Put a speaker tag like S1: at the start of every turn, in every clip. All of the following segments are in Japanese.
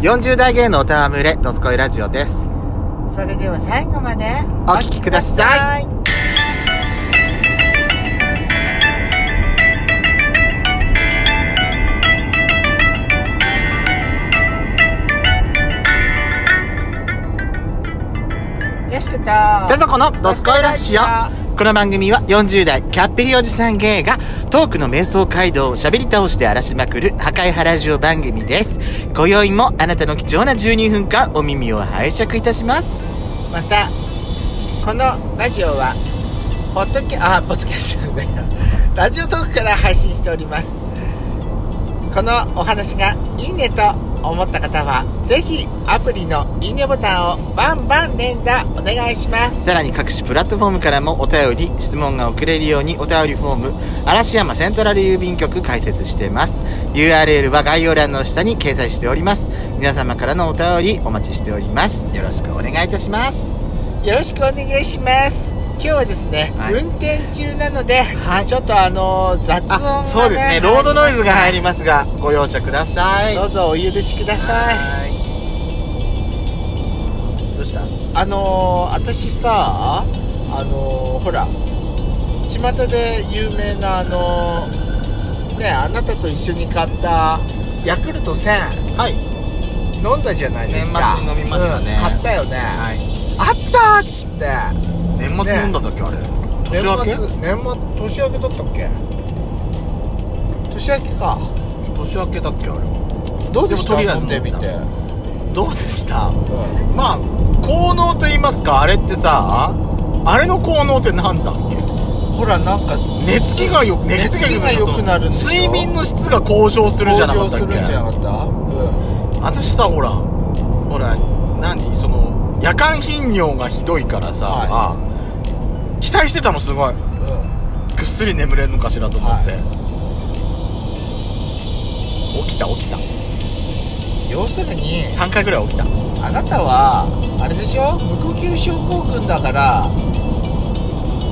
S1: 40代芸能おたわむれ、ドスコイラジオです。
S2: それでは最後まで
S1: お聞きください。
S2: よしこと
S1: ペソコのドスコイラジオ。この番組は40代キャッピリおじさん芸がトークの瞑想街道を喋り倒して荒らしまくる破壊派ラジオ番組です。今宵もあなたの貴重な12分間お耳を拝借いたします。
S2: またこのラジオはポッドキャあポッドキャストね ラジオトークから配信しておりますこのお話がいいねと思った方はぜひアプリのいいねボタンをバンバン連打お願いします
S1: さらに各種プラットフォームからもお便り質問が送れるようにお便りフォーム嵐山セントラル郵便局開設しています URL は概要欄の下に掲載しております皆様からのお便りお待ちしておりますよろしくお願いいたします
S2: よろしくお願いします今日はですね、
S1: はい
S2: 運転中なので、
S1: はい
S2: ちょっとあのー雑音が、
S1: あ
S2: ね、
S1: そうですねロードノイズが入り
S2: ま
S1: ますがご容赦ください
S2: どうぞお許しください
S1: はいどうした
S2: あのー、私さあのー、ほら巷で有名なあのー、ねあなたと一緒に買ったヤクルト1000
S1: はい
S2: 飲んだじゃないですか
S1: 年末に飲みましたね
S2: うん買ったよね、
S1: はい
S2: あったーっつって
S1: 年末飲んだ時あれ年明け
S2: 年末年末年明けだったっけ年明けか
S1: 年明けだっけあれ
S2: どうでし
S1: でもと
S2: た
S1: りあえず
S2: 飲んでみて、
S1: 飲どうでした
S2: うん
S1: まあ効能と言いますかあれってさあれの効能ってなんだっけ
S2: ほらなんか
S1: 寝つきがよ
S2: 寝つきが良くなるんでしょ
S1: 睡眠の質が向上するんじゃなか
S2: 向上
S1: った
S2: す
S1: っけ
S2: るんじゃなかったうん
S1: 私さほらほら何その夜間頻尿がひどいからさ、
S2: は
S1: 期待してたのすごい
S2: うん
S1: ぐっすり眠れんのかしらと思って、起きた起きた
S2: 要するに
S1: 3回ぐらい起きた
S2: あなたはあれでしょ無呼吸症候群だから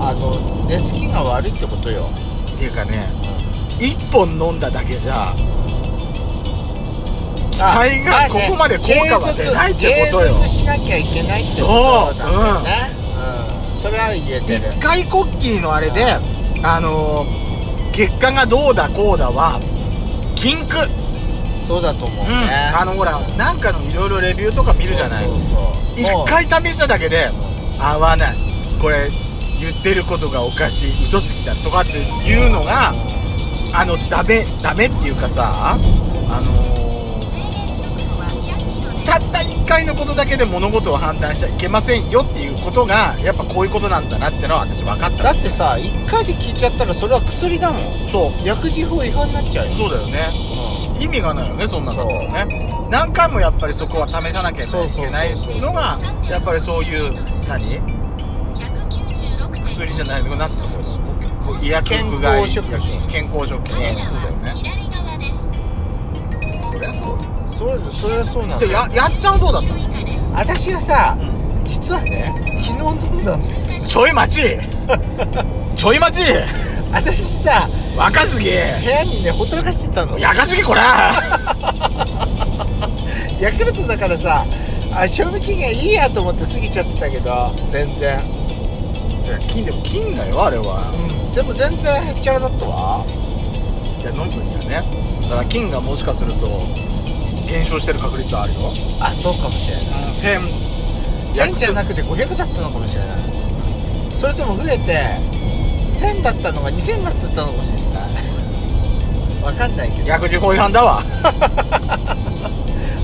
S2: あの寝つきが悪いってことよ
S1: っていうかね1本飲んだだけじゃ期待
S2: あ
S1: が
S2: あ
S1: こ
S2: ね
S1: こまで効果が出ないってことよ
S2: 継続継続しなきゃいけないってことなんだよねうん、それは言えてる
S1: 一回こっきりのあれであのー結果がどうだこうだは禁句、
S2: そうだと思うね、
S1: あのほらなんかのいろいろレビューとか見るじゃない
S2: そうそうそ
S1: 一
S2: う
S1: 回試しただけで合わないこれ言ってることがおかしい嘘つきだとかっていうのがあのダメダメっていうかさあのーたった一回のことだけで物事を判断しちゃいけませんよっていうことがやっぱこういうことなんだなってのは私分かった
S2: だってさ一回で聞いちゃったらそれは薬だもん
S1: そう
S2: 薬事法違反になっちゃうよ、
S1: そうだよね意味がないよねそんなの
S2: そう
S1: ね何回もやっぱりそこは試さなきゃいけないのがやっぱりそういう何薬じゃないのなんつうのこれこう医薬部外
S2: 健康食品
S1: 健康食品そうだよねそりゃそう
S2: うんそうそれはそうなんだ
S1: でややっちゃんどうだったの
S2: 私はさ、実はね昨日飲んだんですよ
S1: ちょい待ち ちょい待ち
S2: 私さ
S1: 若すぎ
S2: 部屋にねほったらかしてたの
S1: やかすぎこら
S2: ヤクルトだからさあ賞味期限いいやと思って過ぎちゃってたけど全然、
S1: 金でも金だよあれは
S2: うん、でも全然へっちゃらだったわ
S1: いや飲むにはねだから金がもしかすると減少してる確率はあるよ
S2: あそうかもしれ
S1: 千
S2: ない1000じゃなくて500だったのかもしれないそれとも増えて1000だったのが2000だったのかもしれ ないわかんないけど
S1: 薬事法違反だわ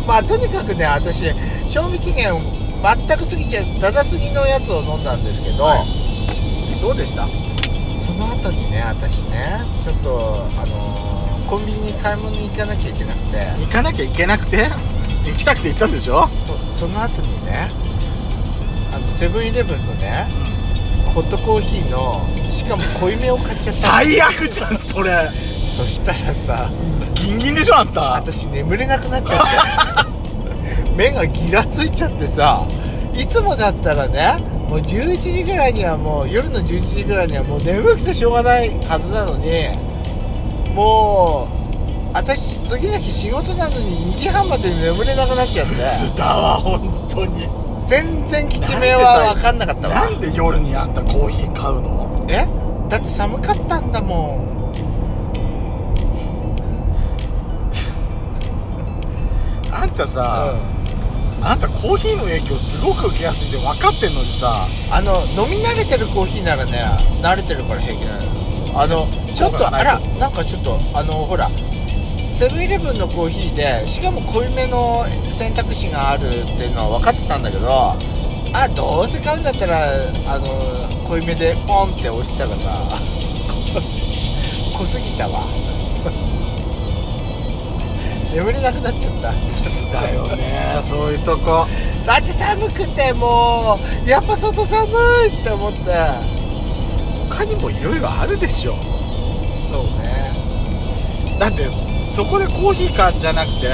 S2: まあとにかくね私賞味期限全く過ぎちゃうだだ過ぎのやつを飲んだんですけど、
S1: はどうでした
S2: その後にね私ねちょっとあのーコンビニに買い物に行かなきゃいけなくて
S1: 行かなきゃいけなくて行きたくて行ったんでしょ
S2: そその後にねあのセブンイレブンのねホットコーヒーのしかも濃いめを買っちゃった
S1: 最悪じゃんそれ
S2: そしたらさ
S1: ギンギンでしょあんた
S2: 私眠れなくなっちゃって目がギラついちゃってさいつもだったらねもう11時ぐらいにはもう夜の11時ぐらいにはもう眠くてしょうがないはずなのにもう私次の日仕事なのに2時半まで眠れなくなっちゃって
S1: 須田は本当に
S2: 全然効き目は分かんなかった
S1: な
S2: わ
S1: んで夜にあんたコーヒー買うの
S2: えだって寒かったんだもん
S1: あんたさ、あんたコーヒーの影響すごく受けやすいって分かってんのにさ
S2: あの飲み慣れてるコーヒーならね慣れてるから平気なのよあのちょっ
S1: そう
S2: と
S1: だ
S2: あらなんかちょっとあのほらセブンイレブンのコーヒーでしかも濃いめの選択肢があるっていうのは分かってたんだけどあどうせ買うんだったらあの濃いめでポンって押したらさ 濃すぎたわ 眠れなくなっちゃった
S1: 須田よねそういうとこ
S2: だって寒くてもうやっぱ外寒いって思って
S1: 他にもいろいろあるでしょ
S2: そうね
S1: だってそこでコーヒー買うんじゃなくて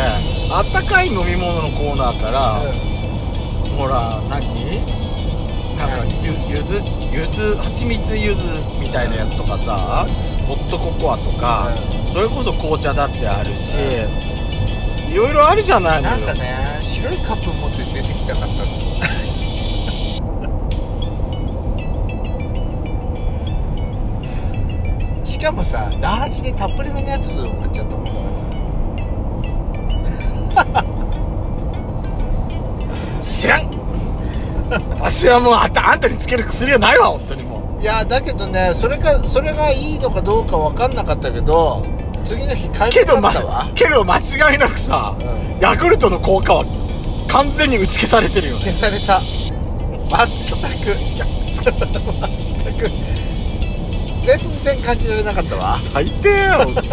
S1: あったかい飲み物のコーナーから、ほら何なんかゆゆずゆず蜂蜜ゆずみたいなやつとかさホットココアとか、それこそ紅茶だってあるし、いろいろあるじゃないの
S2: な
S1: よ
S2: んかね白いカップ持って出てきたかったの しかもさラージでたっぷりめのやつを買っちゃったもんだか
S1: 知らん私はもうあんたあんたにつける薬はないわ本当にも
S2: らいやだけどねそれかそれがいいのかどうか分かんなかったけど次の日買
S1: う
S2: い
S1: けど,、
S2: 物だ
S1: ま
S2: ったわ、、
S1: けど間違いなくさ、
S2: うん
S1: ヤクルトの効果は完全に打ち消されてるよね
S2: 消された全く 全く全然感じられなかったわ
S1: 最低よ本当に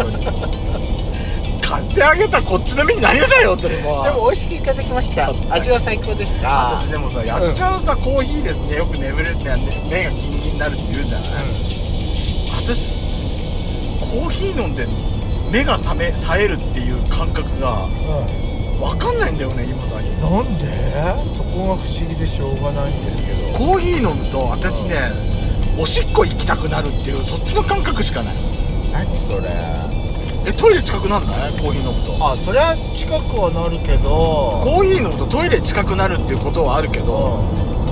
S1: 買ってあげたこっちの身になりなさいよ本当にもう
S2: でも美味しくいただきました味は最高でした
S1: 私でもさやっちゃんさ、コーヒーで、ね、よく眠れるって、ね、目がギンギンになるって言うじゃない、私コーヒー飲んで目が覚め冴えるっていう感覚が
S2: う
S1: 分かんないんだよね今だに
S2: ん、なんでそこが不思議でしょうがないんですけど
S1: コーヒー飲むと私ねおしっこ行きたくなるっていうそっちの感覚しかない
S2: 何それ
S1: えトイレ近くなんないコーヒー飲むと
S2: あそりゃ近くはなるけど
S1: コーヒー飲むとトイレ近くなるっていうことはあるけど、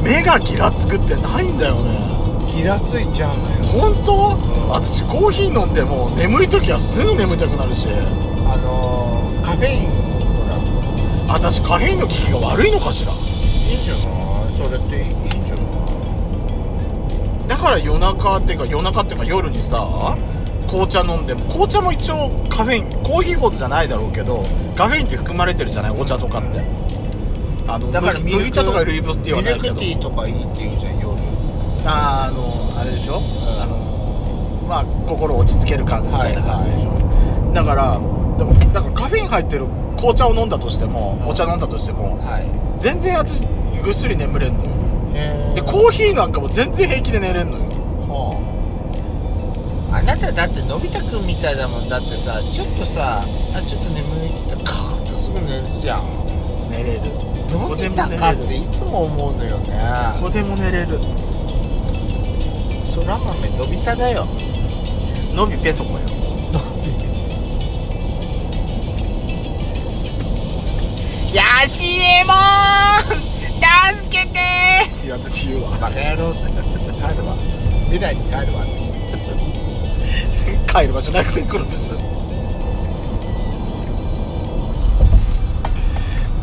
S2: う
S1: 目がギラつくってないんだよね
S2: んギラついちゃうの
S1: 本
S2: よ
S1: 当、
S2: ん
S1: 私コーヒー飲んでもう眠い時はすぐ眠たくなるし
S2: あのー、カフェインほら
S1: 私カフェインの効きが悪いのかしら
S2: いいんじゃないそれっていいんじゃない
S1: だから夜中っていうか夜中っていうか夜にさ紅茶飲んでも紅茶も一応カフェインコーヒーほどじゃないだろうけどカフェインって含まれてるじゃないお茶とかってあの
S2: だからミルク
S1: 麦茶とかルイボスティーは
S2: ミ
S1: な
S2: ル
S1: いけ
S2: ク
S1: ど
S2: ティーとかいいって言うじゃん夜
S1: あーあのあれでしょ、あのまあ心を落ち着ける感みたいな感じでしょ、だからでもだからカフェイン入ってる紅茶を飲んだとしても、
S2: うん
S1: お茶飲んだとしても
S2: は
S1: 全然私ぐっすり眠れんのよ
S2: いへ
S1: でコーヒーなんかも全然平気で寝れんのよ
S2: あなただってのび太くんみたいだもんだってさちょっとさあちょっと眠いって言ったらカーッとすぐ寝るじゃん
S1: 寝れるど
S2: の
S1: こ
S2: び
S1: でも
S2: 太かっ
S1: 寝
S2: て
S1: れる
S2: いつも思うのよね
S1: どこでも寝れる
S2: そら豆のび太だよ
S1: のびペソコよ
S2: やしえもん助けて
S1: って私言う
S2: バ
S1: わ
S2: カ野郎って帰るわ未来に帰るわ私
S1: 帰る場所なくせに来るんです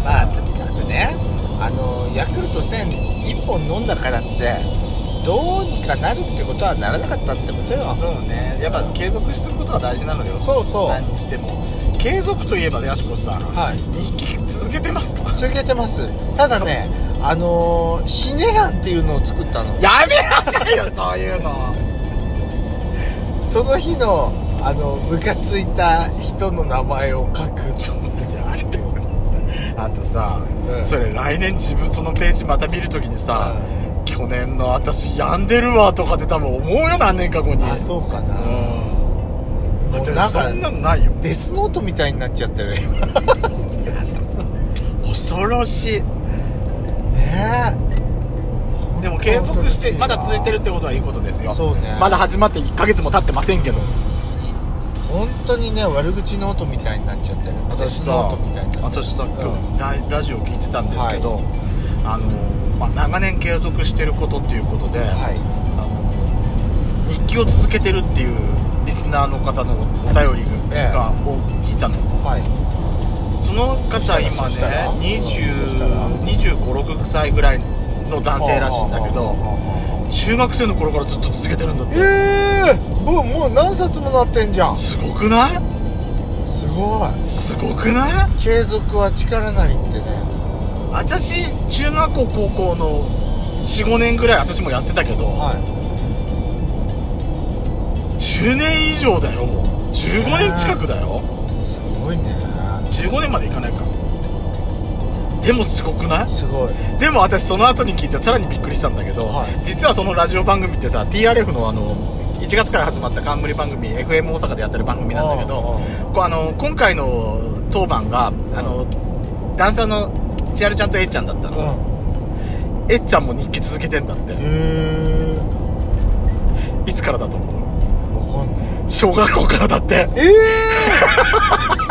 S2: まあとにかくねあのヤクルト1000一本飲んだからってどうにかなるってことはならなかったってことよ
S1: そうねやっぱ継続してることが大事なのよ
S2: そうそう
S1: 何にしても継続といえばやしこさん
S2: はい
S1: 日記続けてますか
S2: 続けてますただねあのー、シネランっていうのを作ったの
S1: やめなさいよそういうの
S2: その日のあのムカついた人の名前を書く
S1: あとさ、
S2: うん
S1: それ来年自分そのページまた見るときにさ、去年の私病んでるわとかって多分思うよ何年か後に
S2: あそうかな、
S1: うん
S2: もう
S1: 私
S2: なんか
S1: そんなのないよ
S2: デスノートみたいになっち ゃってる今
S1: 恐ろしい
S2: ね
S1: でも継続して
S2: 恐ろしいな
S1: まだ続いてるってことはいいことですよ
S2: そうね
S1: まだ始まって1ヶ月も経ってませんけど
S2: え本当にね悪口ノートみたいになっちゃってる私ノートみたいになっちゃってる
S1: 私さ今
S2: う
S1: 日ラ,、ラジオ聞いてたんですけど、あのまあ、長年継続してることっていうことで、
S2: は
S1: あの日記を続けてるっていうリスナーの方のお便り
S2: ええ
S1: が、を聞いたの
S2: いはい
S1: その方今
S2: そしたらそ
S1: ね
S2: したら
S1: 2 5 6歳ぐらいの男性らしいんだけど中学生の頃からずっと続けてるんだって
S2: ええー、もうもう何冊もなってんじゃん
S1: すごくない
S2: すごい
S1: すごくない
S2: 継続は力なりってね
S1: 私中学校高校の45年ぐらい私もやってたけど、
S2: は
S1: 10年以上だよもう15年近くだよ
S2: いすごいね
S1: 15年までいかないかでもすごくない
S2: すごい
S1: でも私その後に聞いてさらにびっくりしたんだけど、
S2: はい
S1: 実はそのラジオ番組ってさ TRF のあの1月から始まった冠番組 FM 大阪でやってる番組なんだけどこうあの今回の当番があのダンサーの千春ちゃんとえっちゃんだった
S2: う
S1: の、
S2: ん
S1: えっちゃんも日記続けてんだって
S2: ええ
S1: いつからだと思う
S2: ー、わかんない
S1: 小学校からだって
S2: ええー、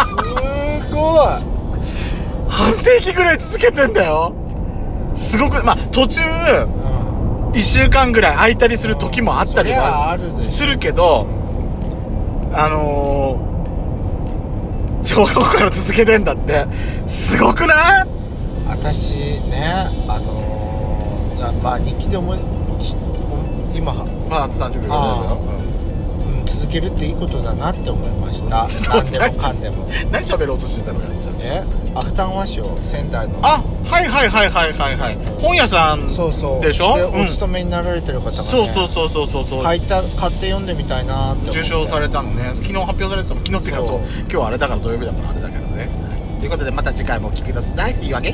S2: すごい
S1: 半世紀ぐらい続けてんだよすごくまあ途中
S2: あ
S1: 1週間ぐらい空いたりする時もあったりは
S2: あるでし
S1: するけどあのー、小学校から続けてんだってすごくない
S2: 私ねあのーいやまあ日記で思いし今、う
S1: まああと30秒ぐらいだ
S2: あ
S1: よ
S2: ん、続けるっていいことだなって思いました
S1: ちょっ
S2: 何
S1: と
S2: で
S1: 待っ
S2: も
S1: て
S2: かんでも
S1: うん何喋ろうとしてたのやっちゃん
S2: えアフタンワショー仙台の
S1: あはいはいはいはいはいはい本屋さん
S2: そうそう
S1: でしょうん
S2: お勤めになられてる方が、ね、
S1: そうそうそうそうそうそう
S2: 買いた買って読んでみたいなって思って
S1: 受賞されたのね昨日発表されてたの昨日っていうか
S2: そう
S1: 今日はあれだから土曜日だからあれだけどねということでまた次回もお聴きください See you again